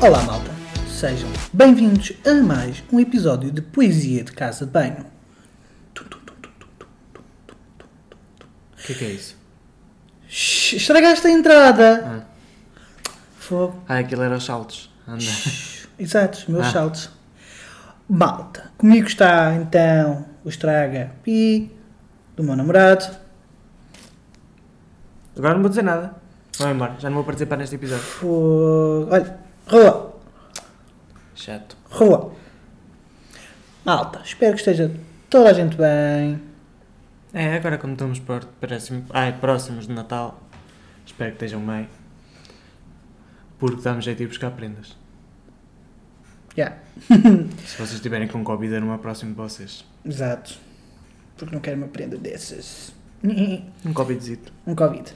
Olá, malta. Sejam bem-vindos a mais um episódio de Poesia de Casa de Banho. Tum, tum, tum, tum, tum, tum, tum, tum, tum, tum. O que é que é isso? Shhh, Estragaste a entrada! Ah, Fogo. ah aquilo era os saltos. Anda. Shhh, Exato, os meus Ah. saltos. Malta, comigo está então o Estraga Pi, do meu namorado. Agora não vou dizer nada. Vamos embora, já não vou participar neste episódio. Fogo. Olha, rua, Chato. rua. Malta, espero que esteja toda a gente bem. É, agora como estamos por- próximo- ai, próximos de Natal, espero que estejam bem. Porque dá-me jeito de ir buscar prendas. Yeah. Se vocês tiverem com Covid, eu não me aproximo de vocês. Exato. Porque não quero uma prenda dessas. Um Covidzito. Um Covid.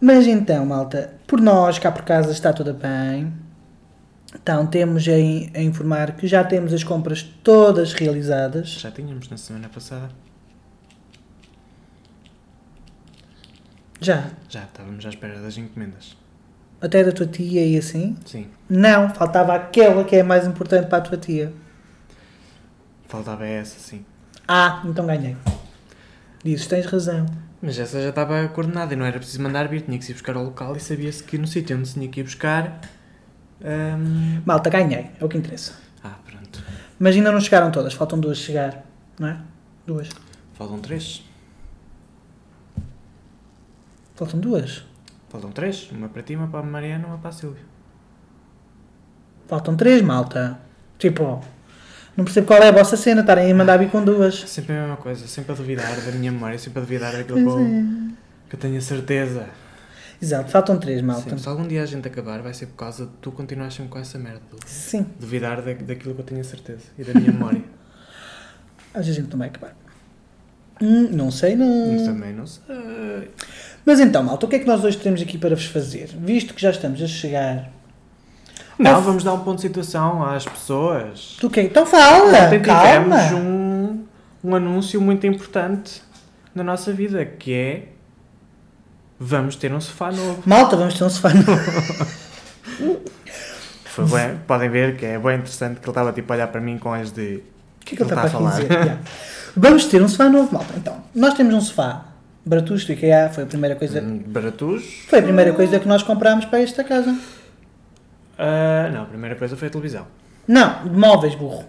Mas então, malta, por nós, cá por casa, está tudo bem. Então, temos a, in- a informar que já temos as compras todas realizadas. Já tínhamos na semana passada. Já. Já, estávamos à espera das encomendas. Até da tua tia e assim. Sim. Não, faltava aquela que é mais importante para a tua tia. Faltava essa, sim. Ah, então ganhei. Dizes, tens razão. Mas essa já estava coordenada e não era preciso mandar vir, tinha que se ir buscar ao local e sabia-se que no sítio onde se tinha que ir buscar. hum, Malta, ganhei. É o que interessa. Ah, pronto. Mas ainda não chegaram todas. Faltam duas chegar. Não é? Duas. Faltam três. Faltam duas. Faltam três. Uma para ti, uma para a Mariana, uma para a Silvia. Faltam três, malta. Tipo, não percebo qual é a vossa cena, estarem aí a mandar vir com duas. É Sempre a mesma coisa, sempre a duvidar da minha memória, sempre a duvidar daquilo que é. eu, que eu tenho a certeza. Exato, faltam três, malta. Sim, se algum dia a gente acabar, vai ser por causa de tu continuares sempre com essa merda. Du. Sim, Duvidar da, daquilo que eu tenho a certeza e da minha memória. às vezes a gente não vai acabar. Hum, não sei, não. Eu também não sei. Mas então, malta, o que é que nós hoje temos aqui para vos fazer? Visto que já estamos a chegar. Não, vamos dar um ponto de situação às pessoas. Tu quem? Então fala! Ontem calma! tivemos um, um anúncio muito importante na nossa vida, que é vamos ter um sofá novo. Malta, vamos ter um sofá novo. Foi bem, podem ver que é bem interessante que ele estava tipo a olhar para mim com as de O que é que tá ele está para aqui dizer? Yeah. Vamos ter um sofá novo, malta. Então, nós temos um sofá. Baratus do IKEA foi a primeira coisa. Hum, baratus. Foi a primeira coisa que nós comprámos para esta casa. Ah, não, a primeira coisa foi a televisão. Não, de móveis, burro.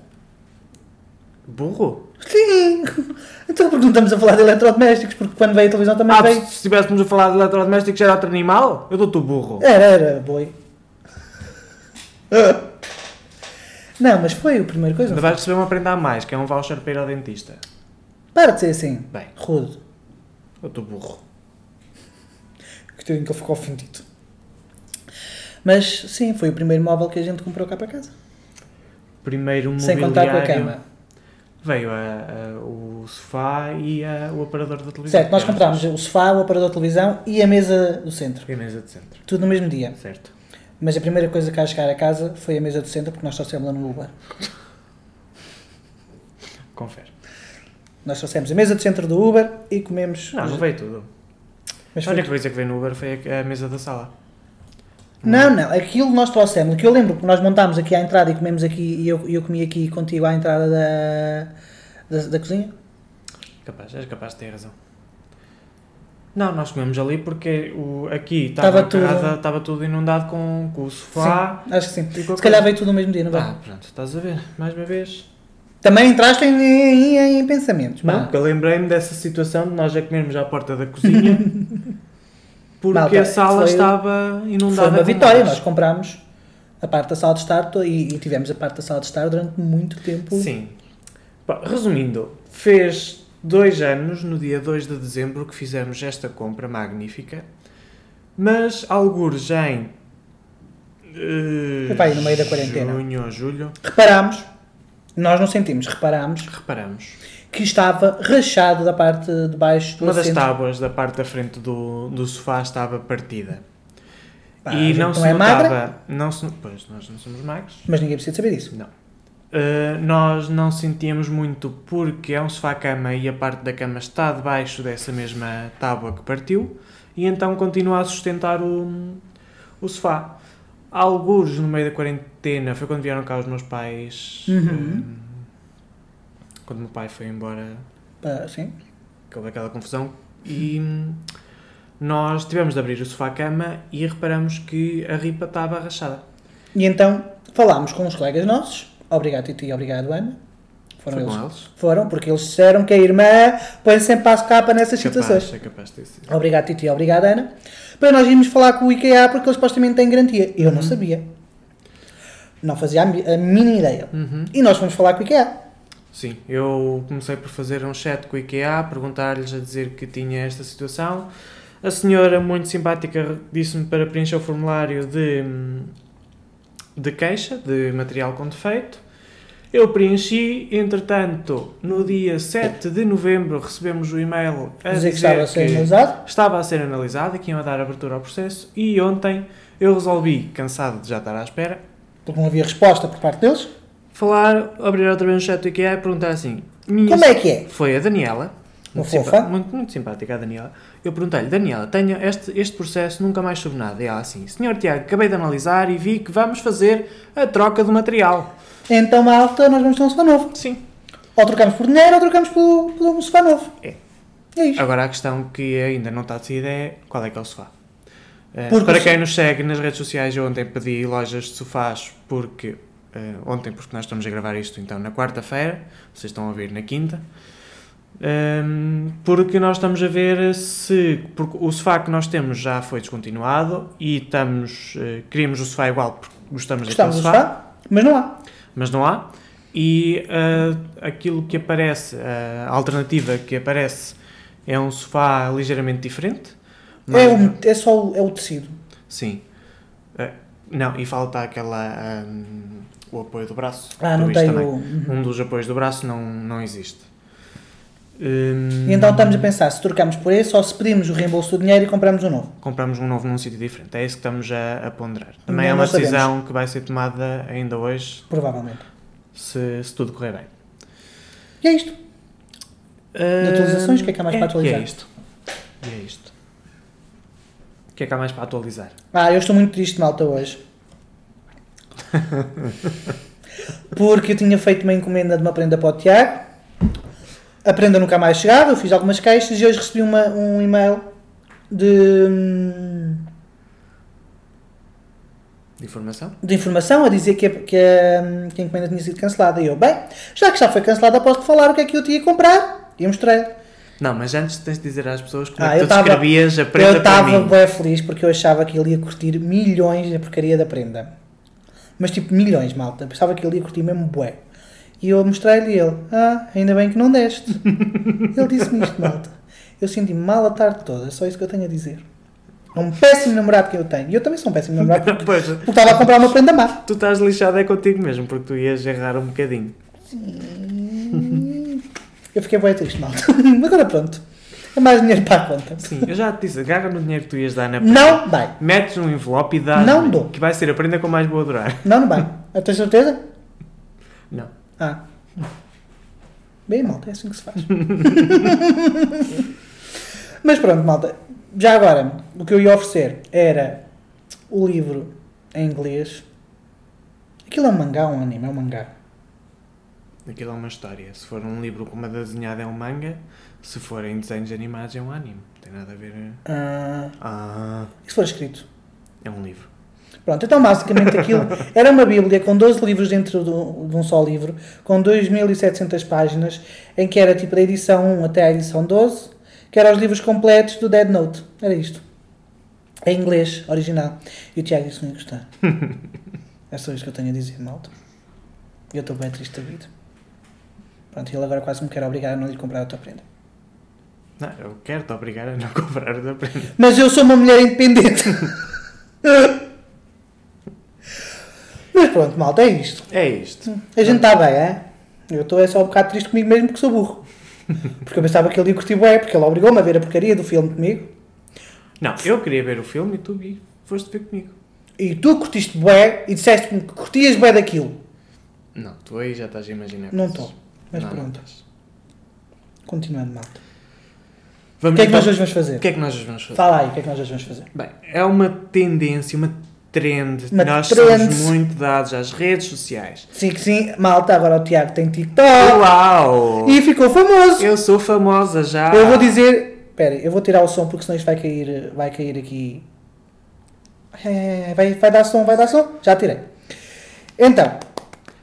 Burro? Sim! Então porque não estamos a falar de eletrodomésticos, porque quando veio a televisão também Ah, veio. se estivéssemos a falar de eletrodomésticos era outro animal? Eu dou-te o burro. Era, era, boi. Não, mas foi a primeira coisa. Ainda não foi? vais receber uma prenda a mais, que é um voucher para ir ao dentista. Para de ser assim, Bem, rude. eu dou burro. Que tem que ele ficou ofendido. Mas sim, foi o primeiro móvel que a gente comprou cá para casa. Primeiro um Sem contar com a mobiliário. cama. Veio a- a- o sofá e a- o aparador da televisão. Certo, nós Eram comprámos o sofá, o aparador de televisão e a mesa do centro. dois. E a mesa de centro, Tudo no mesmo dia. certo. Mas a primeira coisa que a chegar a casa foi a mesa do centro, porque nós trouxemos lá no Uber. Confere. Nós trouxemos a mesa do centro do Uber e comemos. Não, não veio tudo. Mas a foi única coisa que veio no Uber foi a, a mesa da sala. Não, não, aquilo nós trouxemos, que eu lembro que nós montámos aqui à entrada e comemos aqui, e eu, e eu comi aqui contigo à entrada da, da, da cozinha. Capaz, és capaz de ter razão. Não, nós comemos ali porque o, aqui Tava estava tudo. tudo. Estava tudo inundado com, com o sofá. Sim, acho que sim. e com a Se calhar cama. veio tudo no mesmo dia, não vai? Ah, pronto, estás a ver, mais uma vez. Também entraste em, em- em- em pensamentos, Não, não? é? porque eu lembrei-me dessa situação de nós já comermos à porta da cozinha porque Malta, a sala foi- estava Foi inundada. uma com vitória, mares. nós comprámos a parte da sala de estar to- e, e tivemos a parte da sala de estar durante muito tempo. Sim. Pá, Resumindo, fez dois anos, no dia 2 de dezembro, que fizemos esta compra magnífica, mas algures já em. eh, Foi para aí no meio da quarentena. Junho ou julho, Reparámos, nós não sentimos, reparámos reparamos. que estava rachado da parte de baixo do Uma das assento. tábuas da parte da frente do, do sofá estava partida. Pá, a e gente não se é notava. magra, não se, pois, nós não somos magros. mas ninguém precisa de saber disso. Não. Uh, nós não sentíamos muito porque é um sofá-cama e a parte da cama está debaixo dessa mesma tábua que partiu e então continua a sustentar o, o sofá. alguns no meio da quarentena, foi quando vieram cá os meus pais. Uhum. hum, quando o meu pai foi embora, Pá, sim. que houve aquela confusão. E hum, nós tivemos de abrir o sofá-cama e reparamos que a ripa estava rachada. E então falámos com uns colegas nossos. Obrigado, Titi, e obrigado, Ana. Foram foi eles. com eles? Foram, porque eles disseram que a irmã põe sempre a capa nessas situações. Capaz, é capaz de ter sido. Obrigado, Titi, e obrigado, Ana. Para nós irmos falar com o IKEA porque eles supostamente têm garantia. Eu Uhum. não sabia. Não fazia a, mi- a mínima ideia. Uhum. E nós fomos falar com o IKEA. Sim, eu comecei por fazer um chat com o IKEA, perguntar-lhes a dizer que tinha esta situação. A senhora, muito simpática, disse-me para preencher o formulário de, hum, de queixa, de material com defeito. Eu preenchi, entretanto, no dia 7 de novembro recebemos o e-mail a Dizer que estava a ser analisado. estava a ser analisado e que iam a dar abertura ao processo. E ontem eu resolvi, cansado de já estar à espera, Porque não havia resposta por parte deles. falar, abrir outra vez o chat do IKEA e perguntar assim: "Minha Como é que é? foi a Daniela. Uma Muito, fofa. muito, muito simpática a Daniela. Eu perguntei-lhe, Daniela, tenho este, este processo, nunca mais soube nada. E ela assim, Senhor Tiago, acabei de analisar e vi que vamos fazer a troca do material. Então, malta, nós vamos ter um sofá novo. Sim. Ou trocamos por dinheiro ou trocamos pelo, pelo sofá novo. É. É isto. Agora a questão que ainda não está decidida é qual é que é o sofá. Eh, Porque para o quem nos segue nas redes sociais, eu ontem pedi lojas de sofás porque. eh, ontem, porque nós estamos a gravar isto então na quarta-feira, vocês estão a ouvir na quinta. Ehm, porque nós estamos a ver se. Porque o sofá que nós temos já foi descontinuado e estamos, eh, queríamos o sofá igual porque gostamos, Gostávamos do daquele um sofá sofá, mas não há. mas não há. E ah, aquilo que aparece, ah, a alternativa que aparece, é um sofá ligeiramente diferente. mas- É, o, é só o, é o tecido. Sim. Ah, não, e falta aquela. ah, o apoio do braço. Ah, Tu não viste tem também. o... Uhum. Um dos apoios do braço não, não existe. Hum, E então estamos a pensar se trocamos por esse ou se pedimos o reembolso do dinheiro e compramos um novo. Compramos um novo num sítio diferente. É isso que estamos a, a ponderar. Ainda Também é não uma sabemos. decisão que vai ser tomada ainda hoje, Provavelmente. se, se tudo correr bem. E é isto. De atualizações, o que é que há mais para atualizar? E é isto. E é isto. O que é que há mais para atualizar? Ah, eu estou muito triste, malta, hoje. Porque eu tinha feito uma encomenda de uma prenda para o Tiago. A prenda nunca mais chegava, eu fiz algumas queixas e hoje recebi uma- um e-mail de, hum, De informação? de informação a dizer que a, que a- que a encomenda tinha sido cancelada. E eu, bem, já que já foi cancelada, posso-te falar o que é que eu tinha que comprar. E eu mostrei. Não, mas antes tens de dizer às pessoas como Ah, é que eu tu tava- escrevias a Eu prenda para estava mim. bem feliz porque eu achava que ele ia curtir milhões da porcaria da prenda. Mas tipo, milhões, malta. Eu Pensava que ele ia curtir mesmo bué. E eu mostrei-lhe e ele, ah, ainda bem que não deste. ele disse-me isto, malta. Eu senti-me mal a tarde toda, é só isso que eu tenho a dizer. É um péssimo namorado que eu tenho. E eu também sou um péssimo namorado porque Pois, porque estava a comprar uma prenda má. tu estás lixado é contigo mesmo, porque tu ias errar um bocadinho. Eu fiquei bué triste, malta. Agora pronto. É mais dinheiro para a conta. Sim, eu já te disse, agarra no dinheiro que tu ias dar na prenda, Não vai. metes num envelope e dás Não dou. que vai ser a prenda com mais boa durar. Não, não vai. Eu tenho certeza? Não. Ah. Bem, malta, é assim que se faz. Mas pronto, malta. Já agora, o que eu ia oferecer era o livro em inglês. Aquilo é um mangá ou um anime? É um mangá. Aquilo é uma história. Se for um livro com uma desenhada é um manga, se for em desenhos animados é um anime. Não tem nada a ver. eh? Ah, Ah, e se for escrito? é um livro. Pronto, então basicamente aquilo era uma bíblia com 12 livros dentro de um, de um só livro, com 2.700 páginas, em que era tipo da edição 1 até a edição 12, que eram os livros completos do Dead Note. Era isto. Em inglês, original. E o Tiago disse que não ia gostar. é só isso que eu tenho a dizer, malta. Eu estou bem triste da vida. Pronto, ele agora quase me quer obrigar a não lhe comprar outra prenda. Não, eu quero te obrigar a não comprar outra prenda. Mas eu sou uma mulher independente. Mas pronto, malta, é isto. É isto. A gente está bem, é? Eu estou é só um bocado triste comigo mesmo porque sou burro. Porque eu pensava que ele ia curtir bué, porque ele obrigou-me a ver a porcaria do filme comigo. Não, eu queria ver o filme e tu vi, foste ver comigo. E tu curtiste bué e disseste-me que curtias bué daquilo. Não, tu aí já estás a imaginar. Não coisas. estou, mas Não, não pronto. estás. Continuando, malta. O Vamos que é que então- nós hoje vamos é fazer? o que é que nós hoje vamos fazer? Fala aí, o que é que nós hoje vamos fazer? Bem, é uma tendência, uma trend. Uma Nós trend. somos muito dados às redes sociais. Sim, que sim, malta, agora o Tiago tem TikTok Uau! e ficou famoso. Eu sou famosa já. Eu vou dizer. Espera, eu vou tirar o som porque senão isto vai cair, vai cair aqui. É, vai, vai dar som, vai dar som. Já tirei. Então,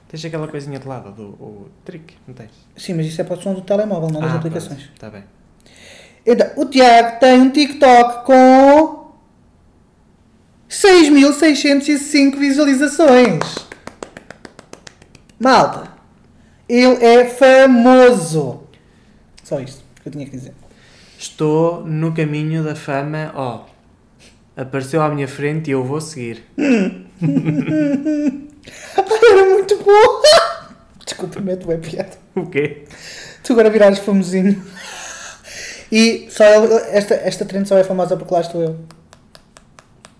Tens aquela coisinha de lado do o trick, não tens? sim, mas isso é para o som do telemóvel, não das Ah, aplicações. Está bem. Então, o Tiago tem um TikTok com 6.605 visualizações. Malta, ele é famoso. Só isto que eu tinha que dizer. Estou no caminho da fama, ó. Apareceu à minha frente e eu vou seguir. Ai, era muito bom. Desculpa, meto bem piada. O quê? Tu agora virares famosinho. E só ele- esta, esta trend só é famosa porque lá estou eu.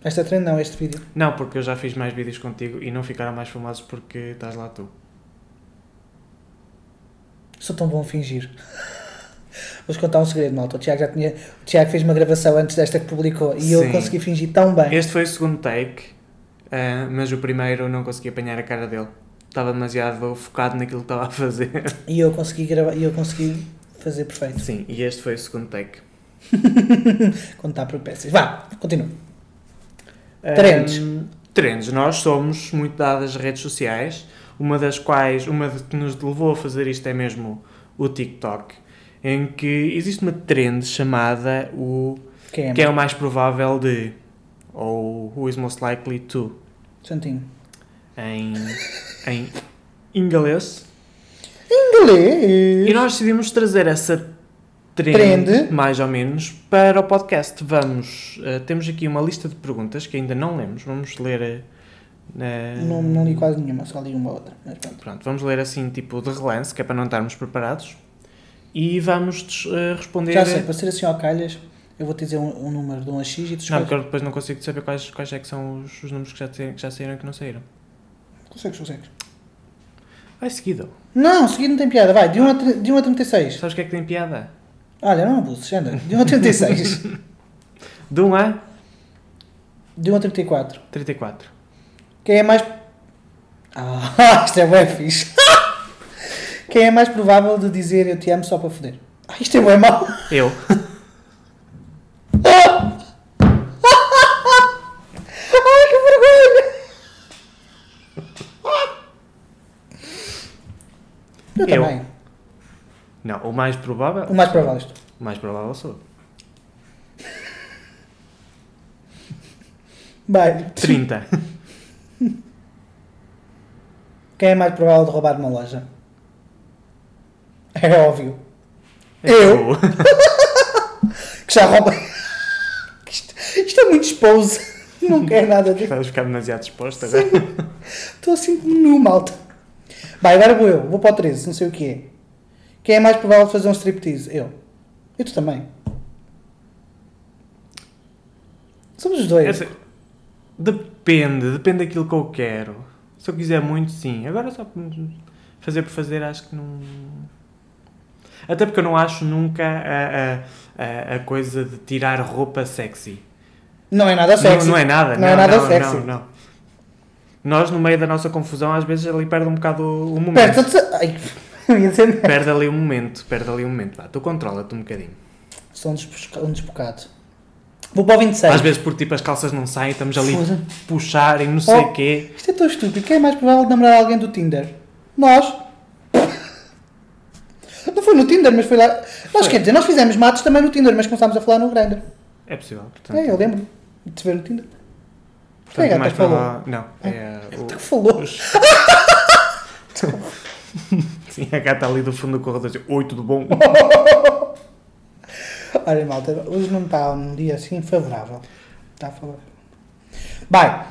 Esta trend não, este vídeo. Não, porque eu já fiz mais vídeos contigo e não ficaram mais famosos porque estás lá tu. Sou tão bom a fingir. Vou-vos contar um segredo, malta. O Tiago já tinha. O Tiago fez uma gravação antes desta que publicou e eu Sim. consegui fingir tão bem. Este foi o segundo take, ah, mas o primeiro eu não consegui apanhar a cara dele. Estava demasiado focado naquilo que estava a fazer. E eu consegui gravar e eu consegui fazer perfeito. Sim, e este foi o segundo take. Quando está por peças. Vá, continua. Trends. Ahm, trends. Nós somos muito dadas às redes sociais, uma das quais, uma de- que nos levou a fazer isto é mesmo o TikTok, em que existe uma trend chamada o Quem é? que é o mais provável de, ou who is most likely to, Santinho. em, em inglês. Inglês! E nós decidimos trazer essa trend, Trend. mais ou menos, para o podcast. Vamos, eh, temos aqui uma lista de perguntas que ainda não lemos, vamos ler... eh, na- Não, não li quase nenhuma, só li uma ou outra. Mas pronto. Pronto, vamos ler assim, tipo, de relance, que é para não estarmos preparados. E vamos des- eh, responder... Já sei, para ser assim ao calhas, eu vou te dizer um, um número de 1 a X e tu Não, escolhes. porque eu depois não consigo saber quais, quais é que são os, os números que já, te- que já saíram e que não saíram. Consegues, consegues. Vai seguido. Não, seguido não tem piada, vai, de 1 a, tre- de 1 a 36. Sabes o que é que tem piada? Olha, não é abuses, anda. De 1 a 36. De 1 a de 1 a 34. 34. Quem é mais. Ah, isto é bem fixe. Quem é mais provável de dizer eu te amo só para foder? Ah, isto é bem mau. Eu. Ai, que vergonha! Eu, Eu. também. Não, o mais provável... O mais provável é isto. O mais provável sou eu. Vai. 30. Quem é mais provável de roubar uma loja? É óbvio. Eu? Que já rouba. Isto, isto é muito expose. Não quer nada disso. Estás a ficar demasiado disposto agora. Estou assim nu, malta. Vai, agora vou eu. Vou para o 13, não sei o que é. Quem é mais provável de fazer um striptease? Eu. E tu também. Somos os dois. É assim, depende, depende daquilo que eu quero. Se eu quiser muito, sim. Agora só por fazer por fazer, acho que não. Até porque eu não acho nunca a, a- a, a coisa de tirar roupa sexy. Não é nada Não, sexy. não é nada, Não é nada não, sexy. Não, não. Nós, no meio da nossa confusão, às vezes ali perde um bocado o o momento. Perto de... então Ai, eu ia dizer merda. Perde ali um momento, perde ali um momento. Vá, tu controla-te um bocadinho. Sou um, desposca- um desbocado. Vou para o 26. Às vezes, por tipo, as calças não saem, estamos ali Foda. a puxar e não sei o Oh. quê. Isto é tão estúpido. Quem é mais provável de namorar alguém do Tinder? Nós. Não foi no Tinder, mas foi lá. Nós, Foi. quer dizer, nós fizemos matos também no Tinder, mas começámos a falar no Grindr. É possível, portanto. É, eu lembro de te ver no Tinder. Porquê é Portanto, que a mais gata para falou? lá- Não, é uh, Tu que falou? o... Sim, a gata ali do fundo do corredor diz, Oi, tudo bom? Olha, malta, hoje não está um dia assim favorável. Está favorável. Vai.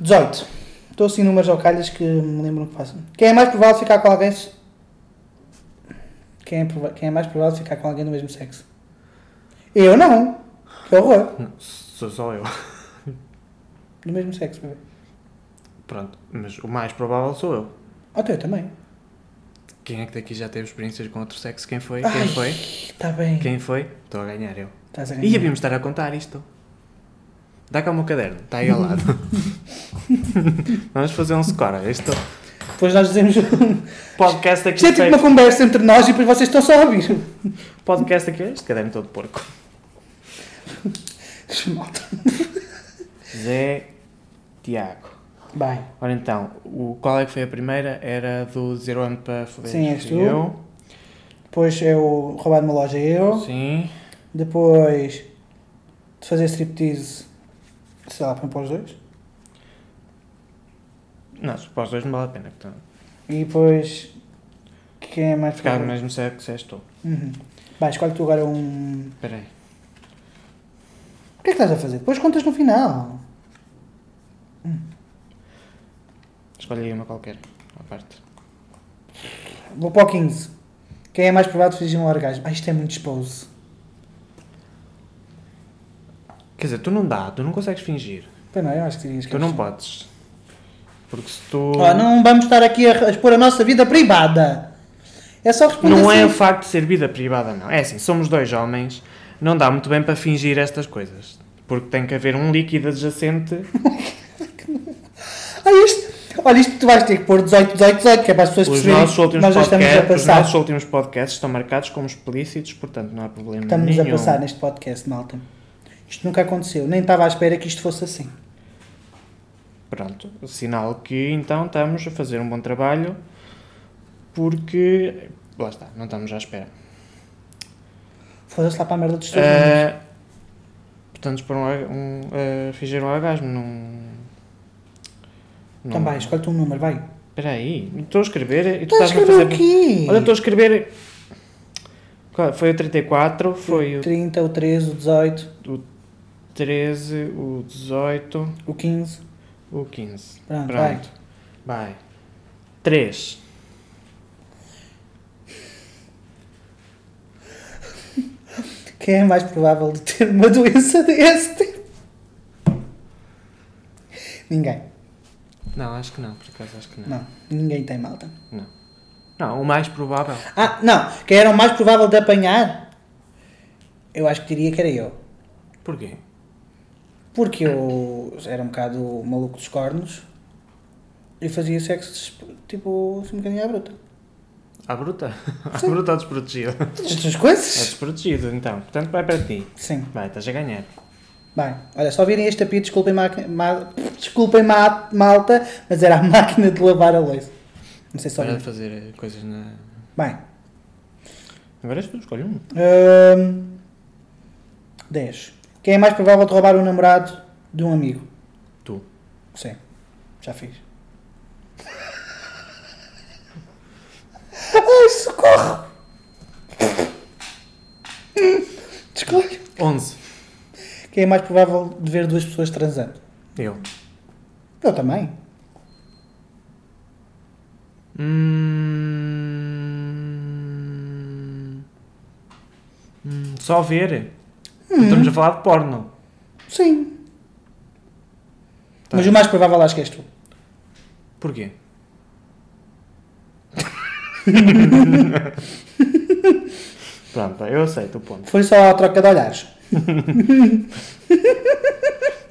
18. Estou assim números ao calhas que me lembram que faço. Quem é mais provável de ficar com alguém. se- Quem é, prova- Quem é mais provável de ficar com alguém do mesmo sexo? Eu não. Que horror. Não, Sou só eu. Do mesmo sexo, bebê. Pronto, mas o mais provável sou eu. Até eu também. Quem é que daqui já teve experiências com outro sexo? Quem foi? Ai. Quem foi? Está tá bem. Quem foi? Estou a ganhar eu. Estás a E ganhar. havíamos de estar a contar isto. Dá cá o meu caderno, está aí ao lado. Vamos fazer um score. olha, Este Depois nós dizemos. Isto podcast aqui é tipo uma feito. conversa entre nós e depois vocês estão só a ouvir. Podcast aqui. Este caderno todo porco. Malta. Zé Tiago. Bem, Ora então, o, qual é que foi a primeira? Era do dizer o ano para foder. Sim, és tu. Eu. depois é o roubar de uma loja eu. Sim. Depois de fazer striptease. Sei lá, põe para os dois. Não, se para os dois não vale a pena. Portanto, E depois. Quem é mais ficar fraco? mesmo se é que se és tu. Uhum. Bem, escolhe tu agora um. Espera aí. O que é que estás a fazer? Depois contas no final. Escolhe aí uma qualquer. À parte. Vou para o 15. Quem é mais provável de fingir um orgasmo? Ah, isto é muito esposo. Quer dizer, tu não dá, tu não consegues fingir. Pois não, eu acho que irias Tu não podes. Porque se tu. Ó, Ah, não vamos estar aqui a a expor a nossa vida privada. É só responder Não é o assim. facto de ser vida privada, não. É assim, somos dois homens, não dá muito bem para fingir estas coisas. Porque tem que haver um líquido adjacente. é Ah, isto... Olha, isto tu vais ter que pôr 18, 18, 18, que é para as pessoas Os perceberem nossos, que últimos nós já estamos a podcasts, os passar. nossos últimos podcasts estão marcados como explícitos, portanto não há problema Estamos nenhum. a passar neste podcast, malta. Isto nunca aconteceu. Nem estava à espera que isto fosse assim. Pronto, sinal que então estamos a fazer um bom trabalho, porque. Lá está, não estamos à espera. Foda-se lá para a merda dos uh... Ah, portanto, por um, um, ah, fingir um orgasmo num. num- Também, escolhe-te um número, vai. Espera aí, estou a escrever e tu Estás a estás a escrever fazer. o quê? Olha, estou a escrever. Qual- Foi o 34, foi o 30, o 13, o 18, 13, o 18, o 15. o 15. Pronto, vai. Pronto. Vai. 3. Quem é mais provável de ter uma doença deste? Ninguém. Não, acho que não, por acaso acho que não. Não, ninguém tem malta. Não, Não, o mais provável. Ah, não. Quem era o mais provável de apanhar? Eu acho que diria que era eu. Porquê? Porque eu era um bocado maluco dos cornos e fazia sexo tipo assim um bocadinho à bruta. À bruta. À bruta ou desprotegida? É Todas estas coisas? desprotegido, então. Portanto, vai para ti. Sim. Vai, estás a ganhar. Bem, olha, só virem este apito, desculpem, ma ma desculpem ma malta, mas era a máquina de lavar a louça. Não sei se Para de ouviram. fazer eh, coisas na. Bem, Agora és tu, escolhe um. Hum, 10. Quem é mais provável de roubar o namorado de um amigo? Tu. Sim, já fiz. Ai, socorro! Desculpe. 11. Quem é mais provável de ver duas pessoas transando? Eu. Eu também. Hum... Hum, Só ver. Não Estamos a falar de porno. Sim. Tá. Mas o mais provável acho que és tu. Porquê? Pronto, eu aceito o ponto. Foi só a troca de olhares.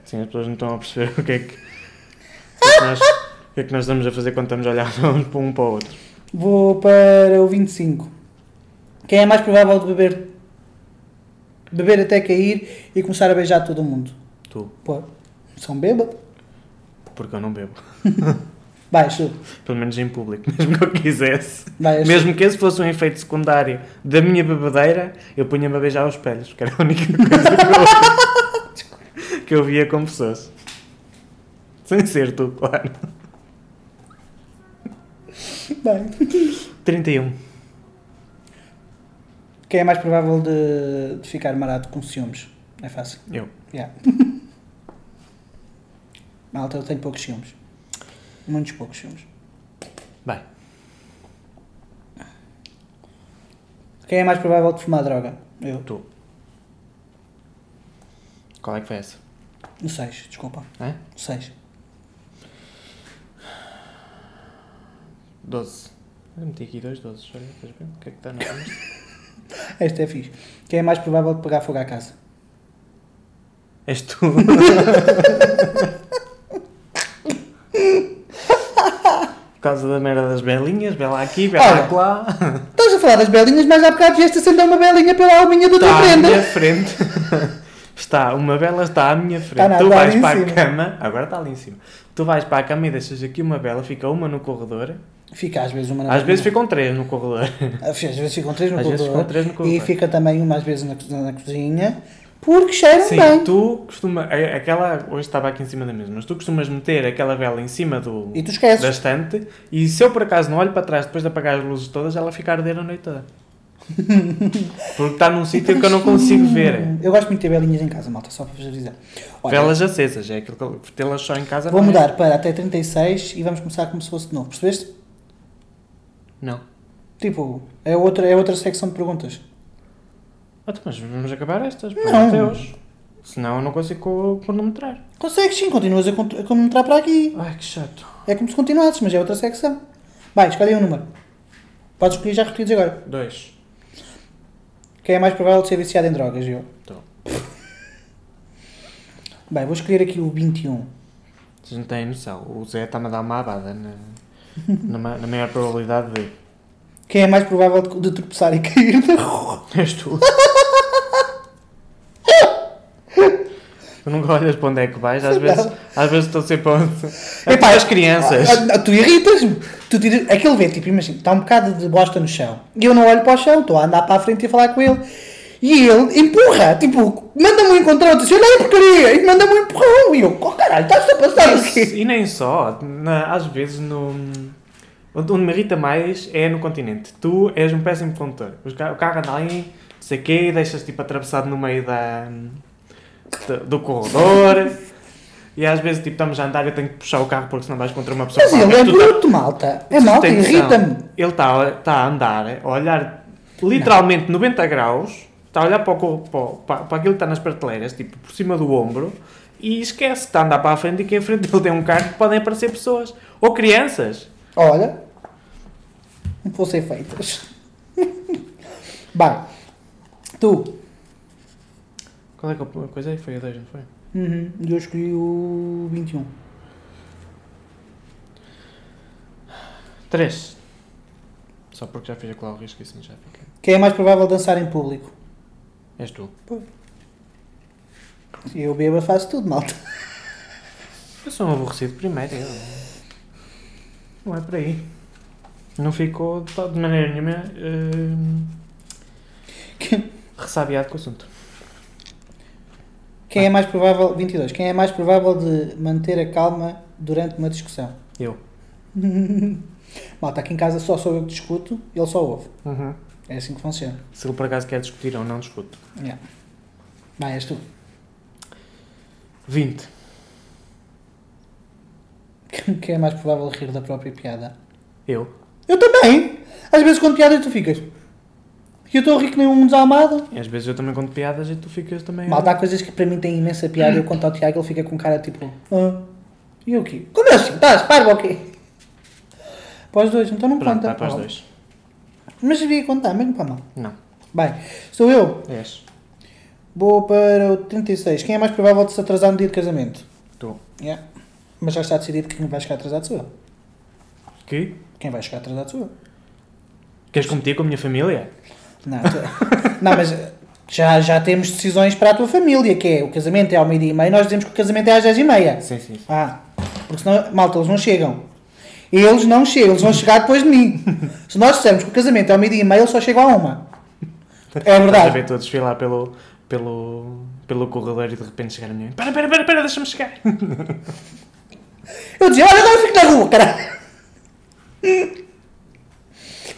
Sim, as pessoas não estão a perceber o que é que, o que é que nós, o que é que nós estamos a fazer quando estamos a olhar uns para um para o outro. Vou para o 25. Quem é mais provável de beber beber até cair e começar a beijar todo mundo? Tu, Pô, são bêbado? porque eu não bebo. Vai, Chu. Pelo menos em público, mesmo que eu quisesse. Vai, Chu. Mesmo que esse fosse um efeito secundário da minha bebadeira, eu punha-me a beijar os espelhos, que era a única coisa que eu, que eu via com pessoas. Sem ser tu, claro. Bem. 31. Quem é mais provável de, de ficar marado com ciúmes? É fácil. Eu. Yeah. Malta, eu tenho poucos ciúmes. Muitos poucos ciúmes. Vai. Quem é mais provável de fumar droga? Eu. Tu. Qual é que foi essa? O 6, desculpa. Hã? O 6. 12. Eu meti aqui dois 12. Olha, estás a ver? O que é que está na Este é fixe. Quem é mais provável de pegar fogo à casa? És tu. Por causa da merda das belinhas, bela aqui, bela Olha, tá lá. Estás a falar das belinhas, mas há bocado vieste acender uma belinha pela alminha da tua Está à minha prenda. frente. Está, uma bela está à minha frente. Está nada, tu está vais ali Tá em para a cima. cama, agora está ali em cima. Tu vais para a cama e deixas aqui uma bela, fica uma no corredor. Fica às vezes uma na Às vezes cozinha. ficam três no corredor. Às vezes ficam três no Às vezes ficam corredor. três no E corredor. fica também uma às vezes na, co- na cozinha. Porque cheiram Sim, bem. tu costuma a- aquela hoje estava aqui em cima da mesa, mas tu costumas meter aquela vela em cima do E tu esqueces. da estante e se eu por acaso não olho para trás depois de apagar as luzes todas, ela fica a arder a noite toda. Porque está num sítio que eu não consigo ver. Hum, Eu gosto muito de ter belinhas em casa, malta, só para vos avisar. Olha, Velas acesas, é aquilo que tê-las só em casa. vou não é? mudar para até 36 e vamos começar como se fosse de novo, percebeste? Não. Tipo, é outra, é outra secção de perguntas. Ah, então, mas vamos acabar estas, Não. pelo Deus. Senão eu não consigo co- cronometrar. Consegues sim, continuas a cont- a comentar para aqui. Ai, que chato. É como se continuasses, mas é outra secção. Vai, escolhe um número. Podes escolher já repetidos agora. Dois. Quem é mais provável de ser viciado em drogas? Eu. Então, Bem, vou escolher aqui o 21. vocês não têm noção. O Zé está-me a dar uma abada na, na, ma- na maior probabilidade de... Quem é mais provável de, de tropeçar e cair na rua? És tu. tu nunca olhas para onde é que vais, às Não. vezes, às vezes estou sempre onde. É Epá, para as crianças. Ah, ah, tu irritas-me. Tu tiras... Aquele vê, tipo, imagina, está um bocado de bosta no chão. E eu não olho para o chão, estou a andar para a frente e a falar com ele. E ele empurra, tipo, manda-me um encontrão, diz, olha aí porcaria, e manda-me um empurrão. E eu, oh caralho, estás a passar o quê? E nem só, na- às vezes no. Onde onde me irrita mais é no continente. Tu és um péssimo condutor. Os ca- O carro anda ali, não sei o quê, e deixas tipo atravessado no meio da, do- do corredor. E às vezes tipo, estamos a andar e eu tenho que puxar o carro porque senão vais contra uma pessoa Mas qualquer. ele é Tu tá- bruto, malta. É malta, Tem noção. irrita-me. Ele está tá a andar, a olhar literalmente 90 graus, está a olhar para, o, corpo- para, o- para, para aquilo que está nas prateleiras, tipo por cima do ombro, e esquece que está a andar para a frente e que em frente dele tem um carro que podem aparecer pessoas. Ou crianças. Olha, não fossem feitas. Bem, tu. Qual é que eu- a coisa aí? Foi a 2, não foi? Uhum, eu escolhi o 21. 3. Só porque já fiz aquele ao risco e assim já fica. Quem é mais provável dançar em público? És tu. Se eu bebo, faço tudo, malta. Eu sou um aborrecido primeiro. eu- Não é por aí. Não ficou de de maneira nenhuma Quem- uh, ressabiado com o assunto. Quem é mais provável. 22. Quem é mais provável de manter a calma durante uma discussão? Eu. Malta, aqui em casa só sou eu que discuto, ele só ouve. Uhum. É assim que funciona. Se ele por acaso quer discutir ou não, discuto. Yeah. Vai, és tu. 20. Quem é mais provável de rir da própria piada? Eu. Eu também. Às vezes quando piadas tu ficas. E eu estou a rir que nem um desalmado. E às vezes eu também conto piadas e tu ficas também. Malta, há coisas que para mim têm imensa piada. Eu conto ao Tiago, ele fica com cara tipo. Ah, e o quê? Como é assim? Estás parvo ou quê? Para os dois, então não Pronto, conta. dá para os Paulo. dois. Mas devia contar, mesmo para mal. Não. Bem, sou eu. És. Vou para o 36. Quem é mais provável de se atrasar no dia de casamento? Tu. Yeah. Mas já está decidido que quem vai chegar atrasado sou eu. Que? Quem vai chegar atrasado sou eu. Queres competir com a minha família? Não, tu- não, mas já, já temos decisões para a tua família, que é o casamento é ao meio-dia e meia, nós dizemos que o casamento é às dez e meia. Sim, sim. sim. Ah, porque senão, malta, eles não chegam. Eles não chegam, eles vão chegar depois de mim. Se nós dissermos que o casamento é ao meio-dia e meia, eles só chegam a uma. É Estás a ver verdade. tu a desfilar pelo, pelo, pelo corredor e de repente chegar a minha mãe. Para, para, para, para, deixa-me chegar. Eu dizia, olha, agora fico na rua, caralho.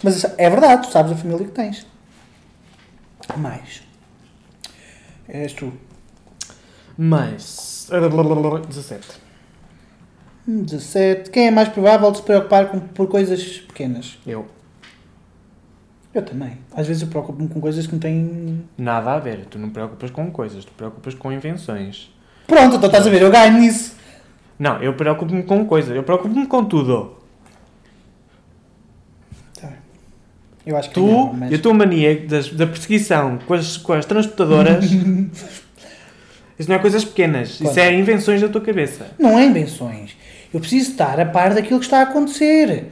Mas isso- é verdade, tu sabes a família que tens. Mais. És tu. Mas. 17. Hum, 17. Quem é mais provável de se preocupar com- por coisas pequenas? Eu. Eu também. Às vezes eu preocupo-me com coisas que não têm. Nada a ver. Tu não preocupas com coisas, tu preocupas com invenções. Pronto, então estás a ver, eu ganho nisso. Não, eu preocupo-me com coisas, eu preocupo-me com tudo. Tá bem. Eu acho que Tu ganhava, mas- e a tua mania das- da perseguição com as, com as transportadoras Isso não é coisas pequenas. Isso Quanto? é invenções da tua cabeça. Não é invenções. Eu preciso estar a par daquilo que está a acontecer.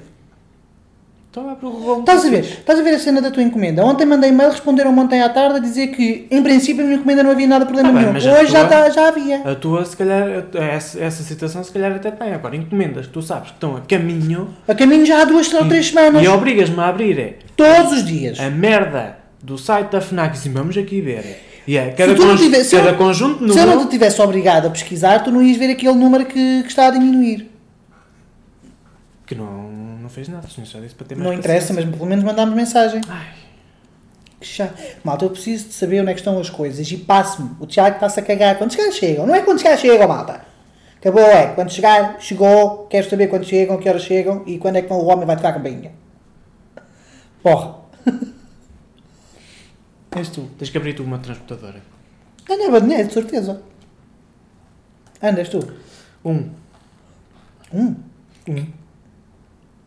Então vai para o Google. Estás a ver? Estás a ver a cena da tua encomenda? Ontem mandei e-mail, responderam ontem à tarde a dizer que, em princípio, a minha encomenda não havia nada problema Tá bem, nenhum. mas Hoje a já, tua- tá- já havia. A tua, se calhar, a- essa, essa situação, se calhar até tem. Agora, encomendas que tu sabes que estão a caminho A caminho já há duas ou três semanas. Hum. e É, obrigas-me a abrir é, Todos os dias. a merda do site da Fnac e assim, vamos aqui ver. E é, cada, tu não conju- tiver- se cada eu- conjunto Se eu não número. te tivesse obrigado a pesquisar, tu não ias ver aquele número que, que está a diminuir. Que não, não fez nada, senhor, só disse para ter mais Não interessa, mas pelo menos mandámos mensagem. Ai. Que chato. Malta, eu preciso de saber onde é que estão as coisas e passo-me. O Tiago está-se a cagar quando os caras chegam. Não é quando os caras chegam, malta. Acabou, é. Quando chegar, chegou. Quero saber quando chegam, que horas chegam e quando é que o homem vai tocar a campainha. Porra. És tu. Tens que abrir tu uma transportadora. Andava é, de de certeza. Andas tu. Um. Um.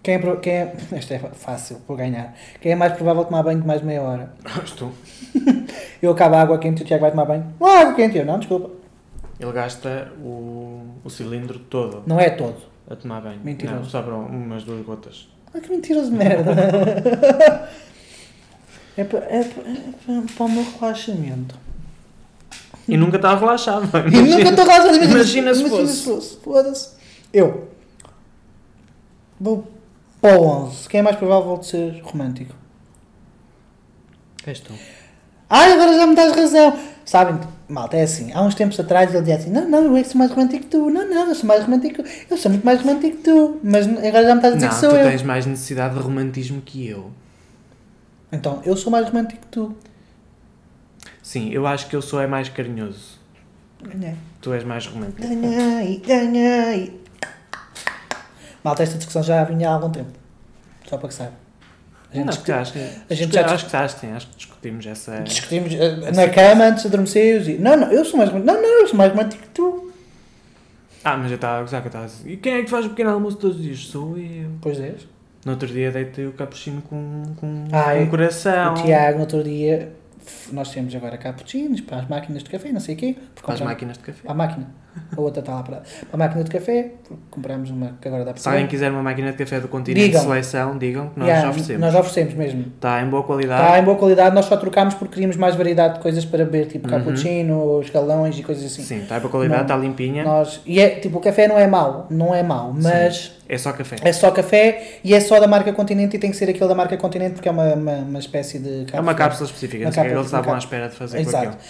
Quem é, pro- quem é, esta é fácil, vou ganhar. Quem é mais provável tomar banho de mais meia hora? Estou. Eu acabo a água quente e o Tiago vai tomar banho. Não, água quente, eu não, desculpa. Ele gasta o, o cilindro todo Não é todo. a tomar banho. Mentiroso. Não, sobram umas duas gotas. Ah, que mentiras de merda. é para é pa- é pa- para o meu relaxamento. E nunca está relaxado. não é? E nunca estou relaxamento. Imagina se fosse. Foda-se. Eu. Vou para o 11. Quem é mais provável de ser romântico? És tu. Ai, agora já me dás razão. Sabem, malta, é assim. Há uns tempos atrás ele dizia assim: Não, não, eu é que sou mais romântico que tu. Não, não, eu sou mais romântico. Eu sou muito mais romântico que tu. Mas agora já me estás a dizer Não, que tu sou eu. tens mais necessidade de romantismo que eu. Então, eu sou mais romântico que tu. Sim, eu acho que eu sou é mais carinhoso. Ganhei. Tu és mais romântico. Ganhei, ganhei. Malta, esta discussão já vinha há algum tempo. Só para que saiba. A gente Não, discu- porque acho que, a gente já já- acho que estás, sim, acho que discutimos essa. discutimos eh, na cama antes de adormecer. E... Não, não, eu sou mais romântico. Não, não, eu sou mais romântico que tu. Ah, mas eu estava a gozar que eu estava a dizer. E quem é que faz o pequeno almoço todos os dias? Sou eu. Pois é. No outro dia deitei o capuchinho com, com, Ah, com eu- um coração. O Tiago, no outro dia, f- nós temos agora cappuccinos para as máquinas de café, não sei o quê. Porque Com as compramos- máquinas de café. Para a máquina. A outra está lá para. Para a máquina de café, porque compramos uma que agora dá para Se alguém saber. quiser uma máquina de café do continente Digam. de seleção, digam que nós Yeah, oferecemos. Nós oferecemos mesmo. Está em boa qualidade. Está Tá, em boa qualidade, nós só trocámos porque queríamos mais variedade de coisas para beber, tipo Uhum. cappuccino, escalões e coisas assim. Sim, está em boa qualidade, Não. está limpinha. Nós, e é, tipo, o café não é mau, não é mau, mas É só café. é só café e é só da marca Continente e tem que ser aquele da marca Continente porque é uma, uma, uma espécie de É uma cápsula Uma específica, não sei o que cápsula- eles estavam uma à espera de fazer com Exato. aquilo.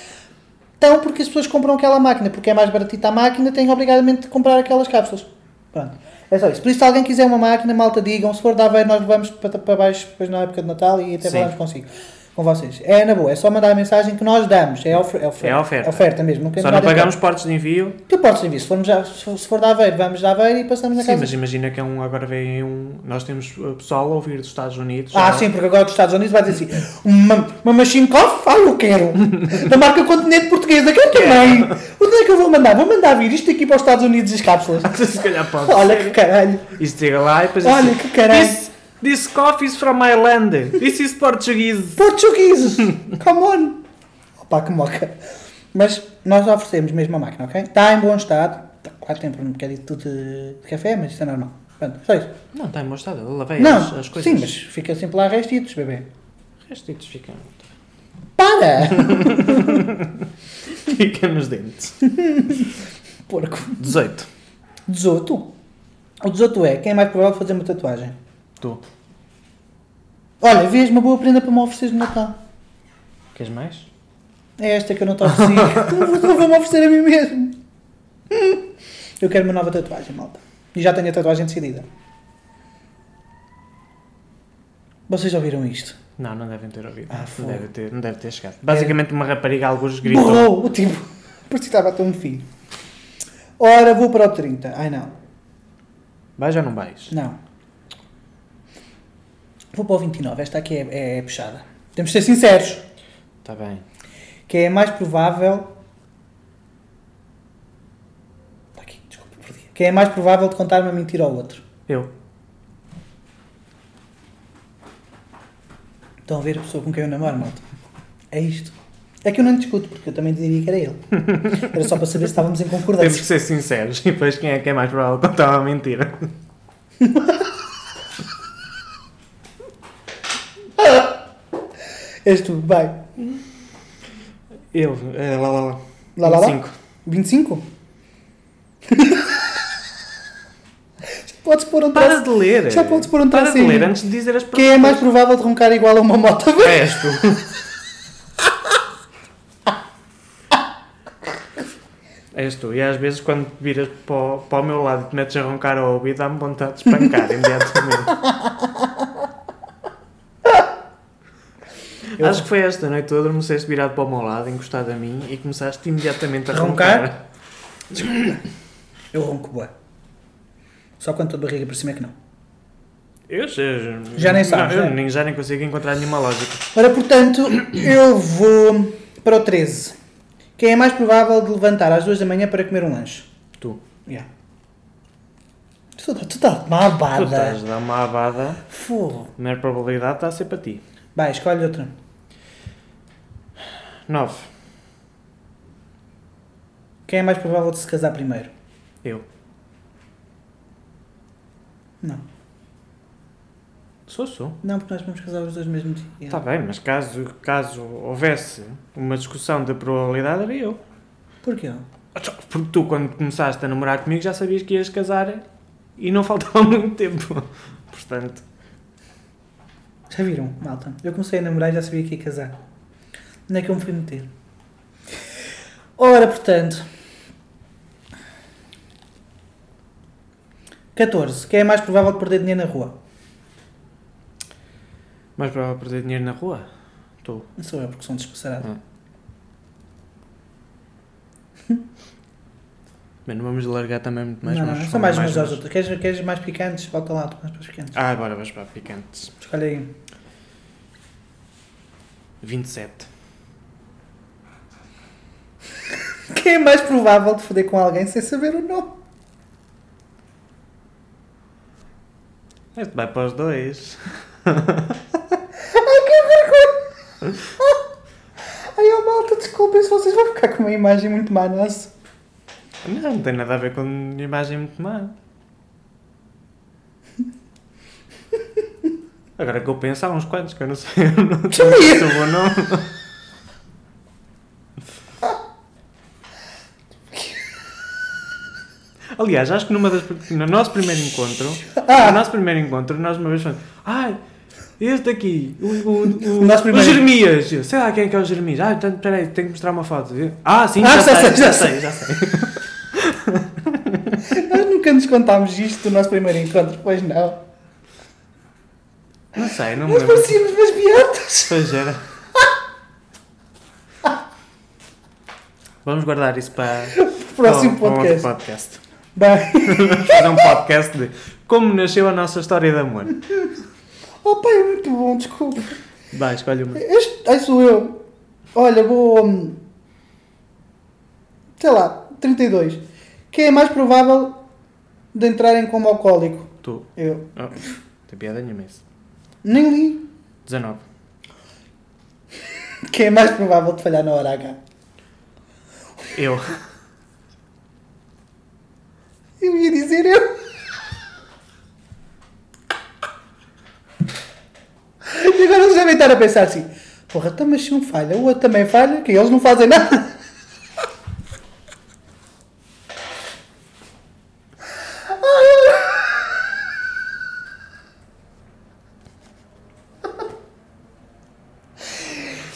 Então, porque as pessoas compram aquela máquina, porque é mais baratita a máquina, têm obrigadamente de comprar aquelas cápsulas. Pronto. É só isso. Por isso, se alguém quiser uma máquina, malta digam. Se for da Aveiro, nós vamos para, para baixo depois na época de Natal e até Sim. falamos consigo. Com vocês. É na boa, é só mandar a mensagem que nós damos. É, ofer- oferta. É oferta. oferta mesmo. Nunca Só não pagamos portos de envio. Que portes enviar? Se, formos já, se se for da Aveiro, vamos da Aveiro e passamos na Sim, casa. mas imagina que é um, agora vem um. Nós temos uh, pessoal a ouvir dos Estados Unidos. Ah, já- sim, porque agora dos Estados Unidos vai dizer assim: uma, uma machine coffee? Ah, eu quero! Da marca Continente Portuguesa, quero também! Onde é que eu vou mandar? Vou mandar vir isto aqui para os Estados Unidos as cápsulas. Se calhar pode. Olha que caralho! Isto chega lá e depois. Olha assim, que caralho. This, this coffee is from Ireland. This is Portuguese. Portugueses! Come on! Opa, que moca! Mas nós oferecemos mesmo a máquina, ok? Está em bom estado. Tá, Claro, tem por um bocadinho de tudo de de café, mas isso é normal. Pronto, só isso. Não, está em bom estado. Eu lavei as, Não, as coisas. sim, mas fica sempre lá restitos, bebê. Restitos ficam. Para! Fica nos dentes. Porco. 18. 18. O 18 é quem é mais provável de fazer uma tatuagem. Tu. Olha, vês uma boa prenda para me ofereceres no Natal. Queres mais? É esta que eu não te ofereci. Não vou- Vou-me oferecer a mim mesmo. Eu quero uma nova tatuagem, malta. E já tenho a tatuagem decidida. Vocês já ouviram isto? Não, não devem ter ouvido. Ah, É. não, fogo. deve ter, não deve ter chegado. Basicamente, uma rapariga, alguns gritam. Borrou o tipo. Parecia que estava a ter um filho. Ora, vou para o 30. Ai não, Vais ou não vais? não. Vou para o 29. Esta aqui é, é- é puxada. Temos de ser sinceros. Está Tá bem. que é mais provável. Está tá aqui, desculpa, perdi. Que é mais provável de contar uma mentira ao outro. Eu. Estão a ver a pessoa com quem eu namoro, malta? É isto. É que eu não discuto, porque eu também diria que era ele. Era só para saber se estávamos em Temos que concordância. ser sinceros. E depois quem é que é mais provável contar uma mentira? És tu, vai. Eu. eh, lá, lá, lá. Lá, lá, lá? Cinco. 25? Podes pôr um Para traço. de ler. Já podes pôr um Para de tracinho. ler antes de dizer as Quem é mais provável de roncar igual a uma moto? És tu. És tu. É E às vezes quando te viras para o, para o meu lado e te metes a roncar ao ouvido, dá-me vontade de espancar imediatamente. Eu- Acho que foi esta noite tu adormeceste virado para o meu lado, encostado a mim e começaste imediatamente a Roncar? roncar. Eu ronco bué. Só quando estou de barriga para cima é que não. Eu já, Já nem sabes, Não, eu né? nem, já nem consigo encontrar nenhuma lógica. Ora, portanto, eu vou para o 13. Quem é mais provável de levantar às 2 da manhã para comer um lanche? Tu, Yeah. Tu, tá, tu estás de uma tu tá. estás abada. a dar uma abada, Fogo. a maior probabilidade está a ser para ti. Vai, escolhe outra. 9. Quem é mais provável de se casar primeiro? Eu. Não. Sou, sou. Não, porque nós vamos casar os dois no mesmo dia. Está Tá bem, mas caso, caso houvesse uma discussão da probabilidade, era eu. Porquê? Porque tu, quando começaste a namorar comigo, já sabias que ias casar e não faltava muito tempo. Portanto, Já viram, malta? Eu comecei a namorar e já sabia que ia casar. Onde é que eu me fui meter? Ora, portanto. 14. Quem é mais provável de perder dinheiro na rua? mas para perder dinheiro na rua, tu. Não sou eu, porque sou um despassarado. Bem, não vamos largar também muito mais. não, não, vamos não, são falar mais umas aos umas. outros. Queres, queres mais picantes? Bota lá, tu mais para os picantes. Ah, agora vais para picantes. Escolhe aí. um. 27. Quem é mais provável de foder com alguém sem saber o nome? Este vai para os dois. Ai, que vergonha! Ai, oh, malta, desculpem se vocês vão ficar com uma imagem muito má nossa. Não, não tem nada a ver com a imagem muito má. Agora que eu penso, há uns quantos que eu não sei. Eu não Que sei isso? se eu vou não. Aliás, acho que numa das, no nosso primeiro encontro, Ah! no nosso primeiro encontro, nós uma vez falamos, ai, este aqui, o, o, o, O nosso primeiro- o Jeremias, Eu, sei lá quem é que é o Jeremias, ah, então, peraí, tenho que mostrar uma foto. Eu, ah, sim, Ah, já já, sei, sei, já já sei, já sei. Nós nunca nos contámos isto do nosso primeiro encontro, pois não. Não sei, não me Nós lembro. parecíamos umas beatas. Pois era. Vamos guardar isso para Próximo para um- para um podcast. outro podcast. Bem. Vamos fazer um podcast de como nasceu a nossa história de amor. Oh pai, é muito bom, desculpa. Vai, escolhe uma. Este, ai, sou eu. Olha, vou. hum, Sei lá, 32. Quem é mais provável de entrar em coma alcoólico? Tu. Eu. Oh, não tem piada nenhuma isso. Nem li. 19. Quem é mais provável de falhar na hora H? Eu. Eu ia dizer eu. E agora eles devem estar a pensar assim: porra, então, mas se um falha, o outro também falha, que eles não fazem nada.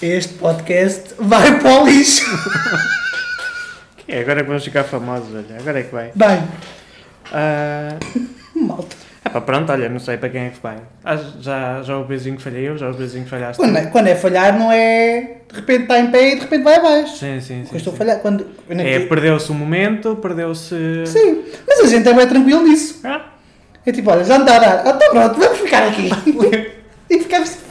Este podcast vai para o lixo. Que é, agora é que vamos ficar famosos, olha. Agora é que vai. Bem, Ah, malta. epá, pronto, olha, não sei para quem é que vai. Ah, já, já o beijinho que falhei eu, já o beijinho que falhaste. tu. Quando é, quando é falhar, não é de repente está em pé e de repente vai abaixo. Sim, sim, Quando sim. estou a sim. falhar, quando. eu nem É, digo- perdeu-se o momento, perdeu-se. Sim, mas a gente é bem tranquilo nisso. Ah, É tipo, olha, já não está a dar. Ah, tá pronto, vamos ficar aqui. e ficamos.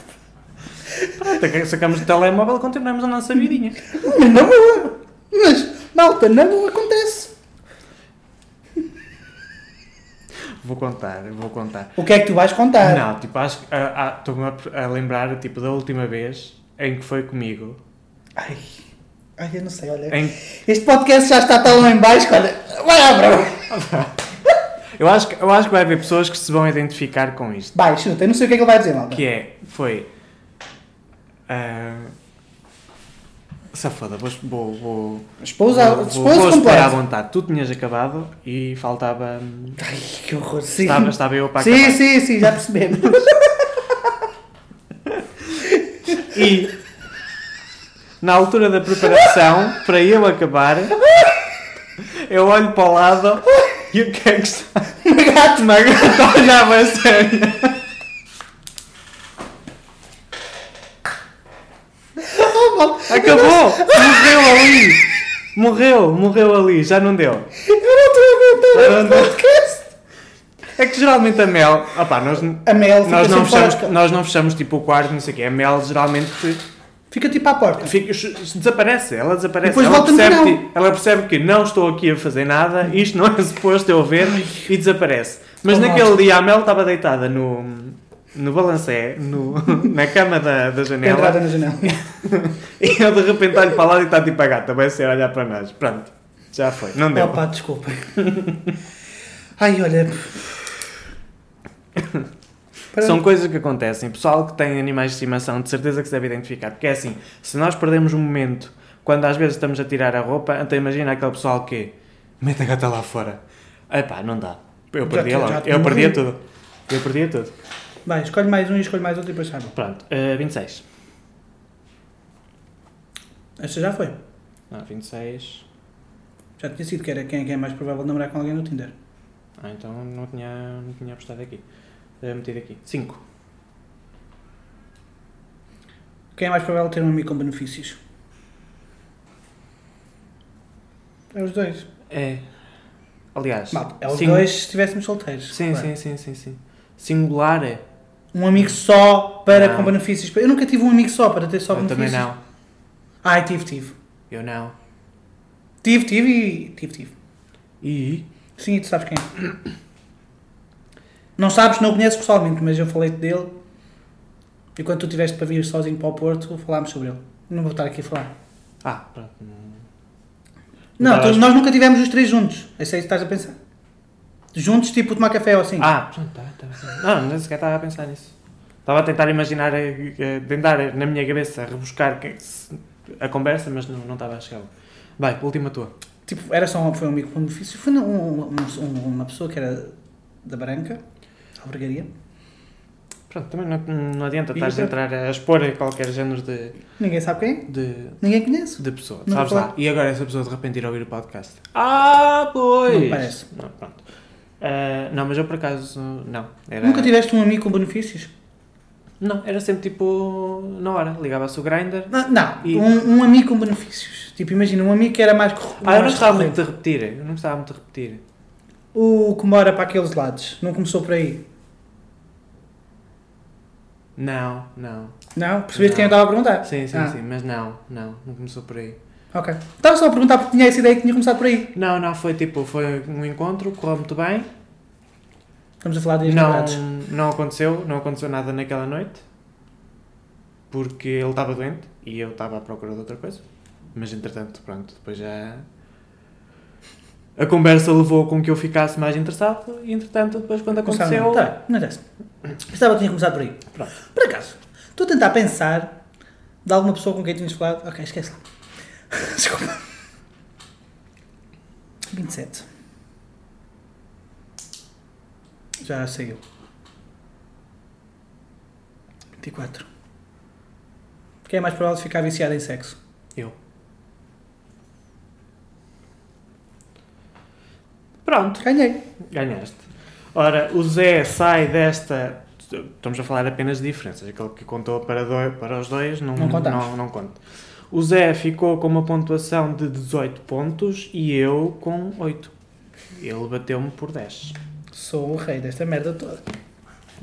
Até que sacamos o telemóvel e continuamos a nossa vidinha. Mas na boa. Mas, malta, na boa acontece. Vou contar, vou contar. O que é que tu vais contar? Não, tipo, acho que ah, ah, estou-me a, a lembrar tipo, da última vez em que foi comigo Ai, Ai, eu não sei, olha. Em- Este podcast já está tão lá em baixo que olha. Vai lá, bro! eu, acho, que- eu acho que vai haver pessoas que se vão identificar com isto. Vai, chuta, eu não sei o que é que ele vai dizer, malta. Que é, foi. ah, safada, vou, vou, vou, Esposa, vou, vou, esposa vou esperar à completa. vontade. Tu tinhas acabado e faltava. hum, Ai, que horror, sim. Estava, estava eu para sim, acabar. sim, sim, já percebemos. E na altura da preparação, para eu acabar, eu olho para o lado e o que é que está? Uma gata. Uma gata olhava a sério. Oh, malta. Acabou! Morreu ali! Morreu, morreu ali, já não deu. Eu não estou a aguentar Não, não. este podcast. É que geralmente a Mel. Opá, nós, A Mel fica nós, não sempre fora fechamos, nós não fechamos tipo o quarto, não sei o quê. A Mel geralmente Fica tipo à porta. fica- desaparece, ela desaparece. Depois ela, volta no percebe final. que, ela percebe que não estou aqui a fazer nada, isto não é suposto eu ver e desaparece. Mas Oh, naquele dia a Mel estava deitada no. No balancé, no- na cama da, da janela, Entrada na janela. e eu de repente olho para lá e está tipo a gata, vai ser a olhar para nós. Pronto, já foi, não deu. Opa, desculpa. Ai, olha. Para- São coisas que acontecem. Pessoal que tem animais de estimação, de certeza que se deve identificar. Porque é assim, se nós perdemos um momento, quando às vezes estamos a tirar a roupa, então imagina aquele pessoal que mete a gata lá fora. Epá, não dá. Eu Já perdia te- logo. já te Eu perdia morri. tudo. Eu perdia tudo. Vai, escolhe mais um e escolhe mais outro e depois sabe. Pronto, eh, 26. Esta já foi. Ah, 26. Já tinha sido que era quem é que é mais provável de namorar com alguém no Tinder. Ah, então não tinha, não tinha apostado aqui. Eh, metido aqui. 5. Quem é mais provável de ter um amigo com benefícios? É os dois. É. Aliás. Malta, é os sing- dois se estivéssemos solteiros. Sim, claro. sim, sim, sim, sim. Singular é. Um amigo só para Não. com benefícios. Eu nunca tive um amigo só para ter só eu também benefícios. não. Ai, tive, tive. Eu não. Tive, tive e. Tive, tive. E. Sim, e tu sabes quem? é. Não sabes, não o conheces pessoalmente, mas eu falei-te dele. E quando tu estiveste para vir sozinho para o Porto, falámos sobre ele. Não vou estar aqui a falar. Ah, pronto. não- Não, Mas- tu- nós nunca tivemos os três juntos. É isso aí que estás a pensar. Juntos, tipo tomar café ou assim. Ah, pronto, tá, tá, tá. Não, nem sequer estava a pensar nisso. Estava a tentar imaginar, eh, eh, tentar eh, na minha cabeça rebuscar que- se- a conversa, mas não, não estava a chegar. lá. Vai, última tua. Tipo, era só um, foi um amigo com benefício. Foi um- um- um- uma pessoa que era da Branca, a albergaria. Pronto, também não, não adianta E estás a outra? entrar a expor a qualquer género de, Ninguém sabe quem? é. de, Ninguém conhece. de pessoa. Não sabes vou lá? E agora essa pessoa de repente ir ouvir o podcast. Ah, pois! Não parece. Não, pronto. Ah, não, mas eu por acaso, não. Era... Nunca tiveste um amigo com benefícios? Não, era sempre tipo, na hora, ligava-se o grinder. Não, não. E- Um, um amigo com benefícios. Tipo, imagina, um amigo que era mais corru- Ah, eu não mais gostava muito corrente. de repetir, eu não gostava muito de repetir. O que mora para aqueles lados. Não começou por aí. Não, não. Não? Percebeste Não. quem eu estava a perguntar? Sim, sim, Ah, sim, mas não, não, não começou por aí. Ok. Estava só a perguntar porque tinha essa ideia que tinha começado por aí. Não, não, foi tipo, foi um encontro, correu muito bem. Estamos a falar de Não, namorados. não aconteceu, não aconteceu nada naquela noite. Porque ele estava doente e eu estava à procura de outra coisa. Mas entretanto, pronto, depois já. A conversa levou com que eu ficasse mais interessado e entretanto, depois quando aconteceu. Tá, não interessa. Pensava que tinha começado por aí. Pronto. Por acaso, estou a tentar pensar de alguma pessoa com quem tinhas falado. Ok, esquece lá. Desculpa. 27. Já saiu. 24. Quem é mais provável de ficar viciado em sexo? Eu. Pronto. Ganhei. Ganhaste. Ora, o Zé sai desta. Estamos a falar apenas de diferenças. Aquele que contou para, doi- para os dois não, Não não, contamos. não, conta. O Zé ficou com uma pontuação de 18 pontos e eu com 8. Ele bateu-me por 10. Sou o rei desta merda toda.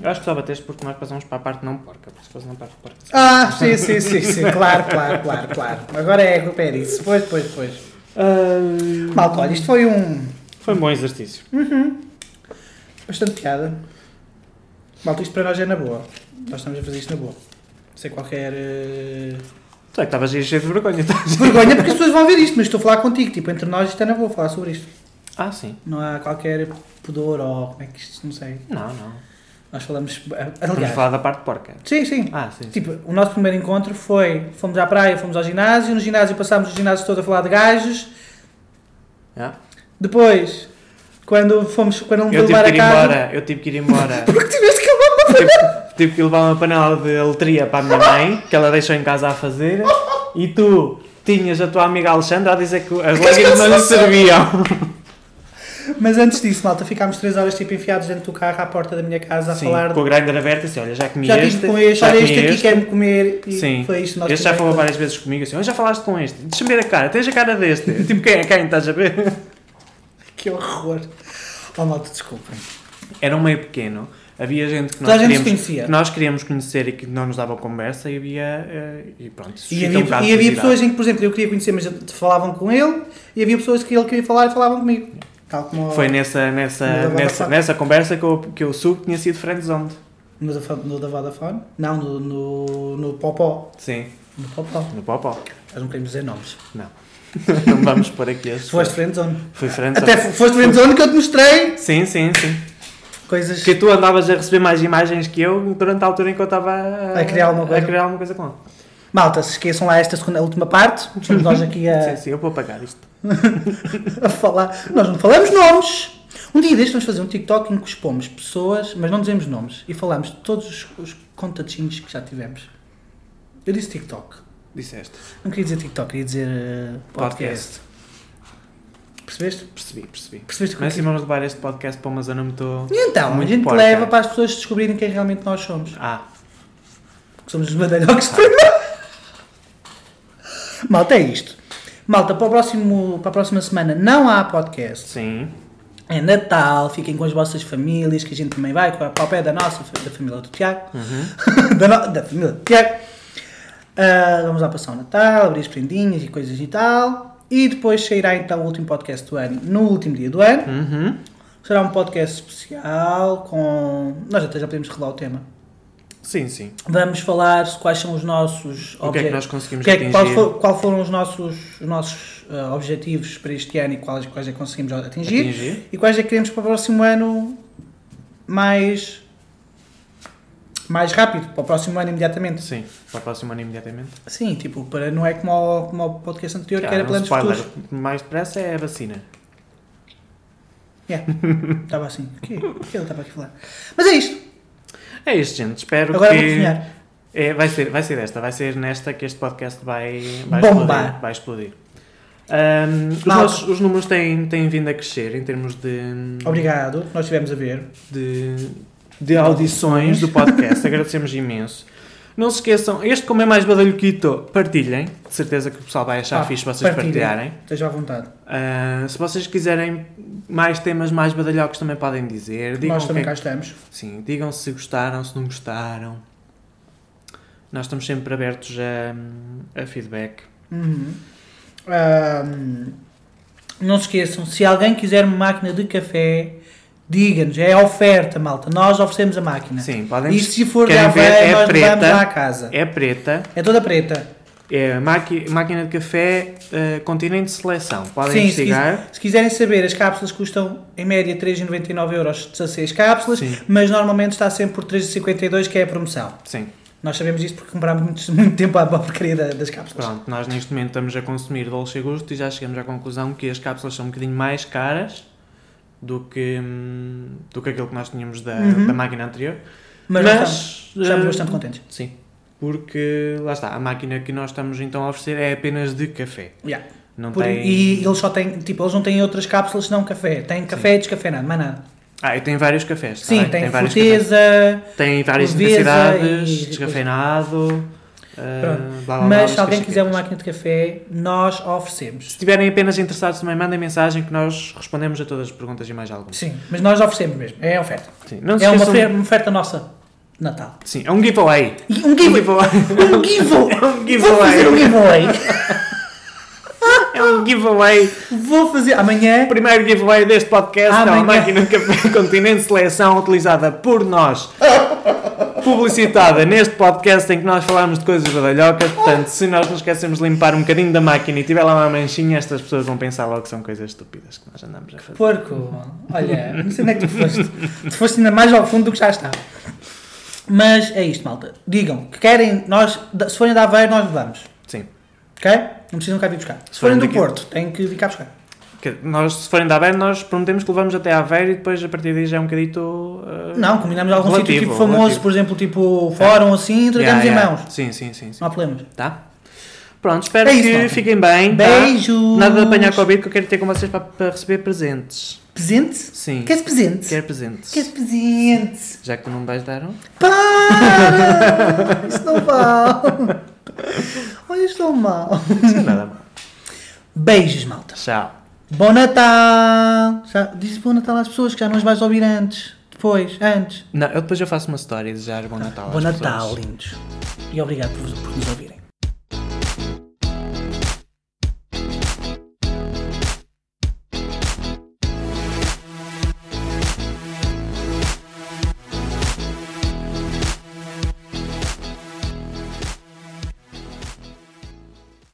Eu acho que só bateste porque nós passamos para a parte não porca. porque Se fosse na parte porca. Ah, sim, sim, sim, sim. Claro, claro, claro, claro. Agora é, é isso. Pois, pois, pois. Ah, Malta, olha, isto foi um. foi um bom exercício. bastante piada. Malta, isto para nós é na boa. Nós estamos a fazer isto na boa. Sem qualquer. eh, Tu é que estavas aí cheio de vergonha. tá? estás? Vergonha porque as pessoas vão ver isto, mas estou a falar contigo, tipo, entre nós isto é na boa falar sobre isto. Ah, sim. Não há qualquer pudor ou como é que isto, não sei. Não, não. Nós falamos. eh, Vamos Aliás. falar da parte porca. Sim, sim. Ah, sim. sim. Tipo, o nosso primeiro encontro foi, fomos à praia, fomos ao ginásio, no ginásio passámos o ginásio todo a falar de gajos, Ah. depois, quando fomos, quando ele me Eu tive levar que a ir casa, embora. Eu tive que ir embora. porque tiveste que levar tive, tive que levar uma panela de letria para a minha mãe, que ela deixou em casa a fazer, e tu tinhas a tua amiga Alexandra a dizer que as leggings não lhe serviam. Mas antes disso, malta, ficámos 3 horas tipo enfiados dentro do carro à porta da minha casa Tá a Sim, falar com de... a grinder aberta, assim, olha, já comi Já este, tive com este, já olha comi este aqui é quer-me comer e Sim, foi isto. Nós este já falou tivemos. várias vezes comigo assim, "Olha, já falaste com este, deixa-me ver a cara, tens a cara deste. Eu, tipo, quem é quem, estás a ver? Que horror. Oh, malta, desculpem. Era um meio pequeno, havia gente que Toda nós, a gente se queríamos, conhecia. que nós queríamos conhecer e que não nos dava conversa e havia, eh, e pronto, isso E suscita havia, um bocado e de havia curiosidade. pessoas em que, por exemplo, eu queria conhecer, mas falavam com ele, e havia pessoas que ele queria falar e falavam comigo. Tal como Foi nessa, nessa, Não dava nessa, para- nessa conversa que eu, que eu soube que tinha sido friendzoned. no, da- no da Vodafone? Não, no, no, no Popó. Sim. No Popó. No Popó. Nós não queremos dizer nomes. Não. não vamos pôr aqui as... Se foste friendzone. Fui friendzoned. Até fo- foste friendzone que eu te mostrei Sim, sim, sim. coisas... Porque tu andavas a receber mais imagens que eu durante a altura em que eu estava a, A criar alguma coisa. a criar alguma coisa com ele. Malta, se esqueçam lá esta segunda, a última parte. Somos nós aqui a, Sim, sim, eu vou pagar isto. a falar. Nós não falamos nomes. Um dia deste vamos fazer um TikTok em que expomos pessoas, mas não dizemos nomes. E falamos de todos os, os contatinhos que já tivemos. Eu disse TikTok. Disseste. Não queria dizer TikTok, queria dizer eh, podcast. Percebeste? Percebi, percebi. Percebeste o que eu Mas se vamos levar este podcast para uma zona muito... E então, Muito a gente porca. leva para as pessoas descobrirem quem realmente nós somos. Ah, Porque somos os badalhocos primeiro. Malta, é isto. Malta, para, o próximo, para a próxima semana não há podcast. sim. É Natal, fiquem com as vossas famílias, que a gente também vai, com a para o pé da nossa, da família do Tiago. Uhum. da, no- da família do Tiago. Ah, vamos lá passar o Natal, abrir as prendinhas e coisas e tal. E depois sairá então o último podcast do ano, no último dia do ano. Uhum. Será um podcast especial com. Nós até já podemos revelar o tema. Sim, sim. Vamos falar se quais são os nossos O que é que obje- nós conseguimos o que é que- qual, atingir? for- qual foram os nossos, os nossos ah, objetivos para este ano e quais, quais é que conseguimos atingir, Atingir. e quais é que queremos para o próximo ano mais, mais rápido, para o próximo ano imediatamente. Sim, para o próximo ano imediatamente. Sim, tipo, para, não é como o, como o podcast anterior que Ah, era um planos spoiler. futuros. Mais depressa é a vacina. Yeah. Estava assim, o quê? O que ele estava aqui a falar? Mas é isto, É isto, gente. Espero agora que. vou cozinhar. É, vai, ser, vai ser desta, vai ser nesta que este podcast vai, vai Bombar. explodir. Vai explodir. Ahm, os, Malta. nossos- os números têm, têm vindo a crescer em termos de, Obrigado, nós estivemos a ver. de, de audições do podcast. Agradecemos imenso. Não se esqueçam, este como é mais badalhoquito, partilhem. De certeza que o pessoal vai achar Ah, fixe vocês partilhem. partilharem. Esteja à vontade. Ah, se vocês quiserem mais temas mais badalhocos também podem dizer. Digam nós o também que cá é que- estamos. Sim, digam se gostaram, se não gostaram. Nós estamos sempre abertos a, a feedback. Uhum. Ahm, não se esqueçam, se alguém quiser uma máquina de café, diga-nos, é oferta, malta. Nós oferecemos a máquina. Sim, podem. e se for de Querem Aveiro, ver? É nós preta. levamos lá à casa. É preta, É toda preta. é maqui- máquina de café, eh, continente de seleção. Podem Sim, se, investigar. quis- se quiserem saber, as cápsulas custam em média 3,99 euros 16 cápsulas, Sim. mas normalmente está sempre por 3,52 que é a promoção. Sim, Nós sabemos isso porque comprámos muito, muito tempo à porcaria da- das cápsulas. pronto, nós neste momento estamos a consumir Dolce Gusto e já chegamos à conclusão que as cápsulas são um bocadinho mais caras do que, hum, do que aquilo que nós tínhamos da, Uhum. da máquina anterior. Mas, nós estamos, estamos eh, bastante contentes. Sim. Porque lá está, a máquina que nós estamos então a oferecer é apenas de café. Yeah. Não Por- tem. E eles só têm, tipo, eles não têm outras cápsulas senão café. Têm café e descafeinado, mais nada. Ah, e tem vários cafés. tá Sim, bem? tem, vários forteza, cafés. Tem várias leveza intensidades, e- descafeinado. ah, Pronto. blá, blá, blá, mas blá, se alguém esquece, quiser uma esquece. máquina de café, nós oferecemos. Se estiverem apenas interessados, também mandem mensagem que nós respondemos a todas as perguntas e mais algumas. Sim, mas nós oferecemos mesmo. É oferta. Sim. Não se é uma esqueçam- oferta, uma oferta nossa de Natal. Sim, é um giveaway. E um Um giveaway. giveaway. Um giveaway. É um Vou fazer um giveaway. giveaway. É um giveaway. Vou fazer amanhã. O primeiro giveaway deste podcast é Amanhã. uma máquina de café continente seleção utilizada por nós publicitada neste podcast em que nós falamos de coisas badalhocas. Portanto, se nós nos esquecemos de limpar um bocadinho da máquina e tiver lá uma manchinha, estas pessoas vão pensar logo que são coisas estúpidas que nós andamos a fazer. Porco, olha, não sei onde é que tu foste. Tu foste ainda mais ao fundo do que já estava. Mas é isto, malta. Digam que querem, nós, se forem da Aveiro, nós vamos. Sim. Ok? Não precisam cá vir buscar. Se forem do Porto, têm que vir cá buscar. Que Nós, se forem da Aveiro, nós prometemos que levamos até a Aveiro e depois a partir daí já é um bocadito. ah, Não, combinamos algum Relativo, sítio tipo famoso, relativo. É. por exemplo, tipo fórum assim, entregamos Yeah, yeah. em mãos. Sim, sim, sim. sim. Não há problemas. Tá? Pronto, espero É isso, que malta. fiquem bem. tá? Beijos! Nada de apanhar Covid que eu quero ter com vocês para, para receber presentes. Presente? Sim. Queres presente? Quero presentes. Queres presente? Já que tu não vais dar um. Para! Isso não vale. Olha, estou mal. Não é nada mal. Beijos, malta. Tchau. Bom Natal! Já, diz Bom Natal às pessoas que já não as vais ouvir antes. Depois, antes. Não, eu depois eu faço uma história e desejar bom Natal. Bom às Natal, pessoas. lindos. E obrigado por, por nos ouvirem.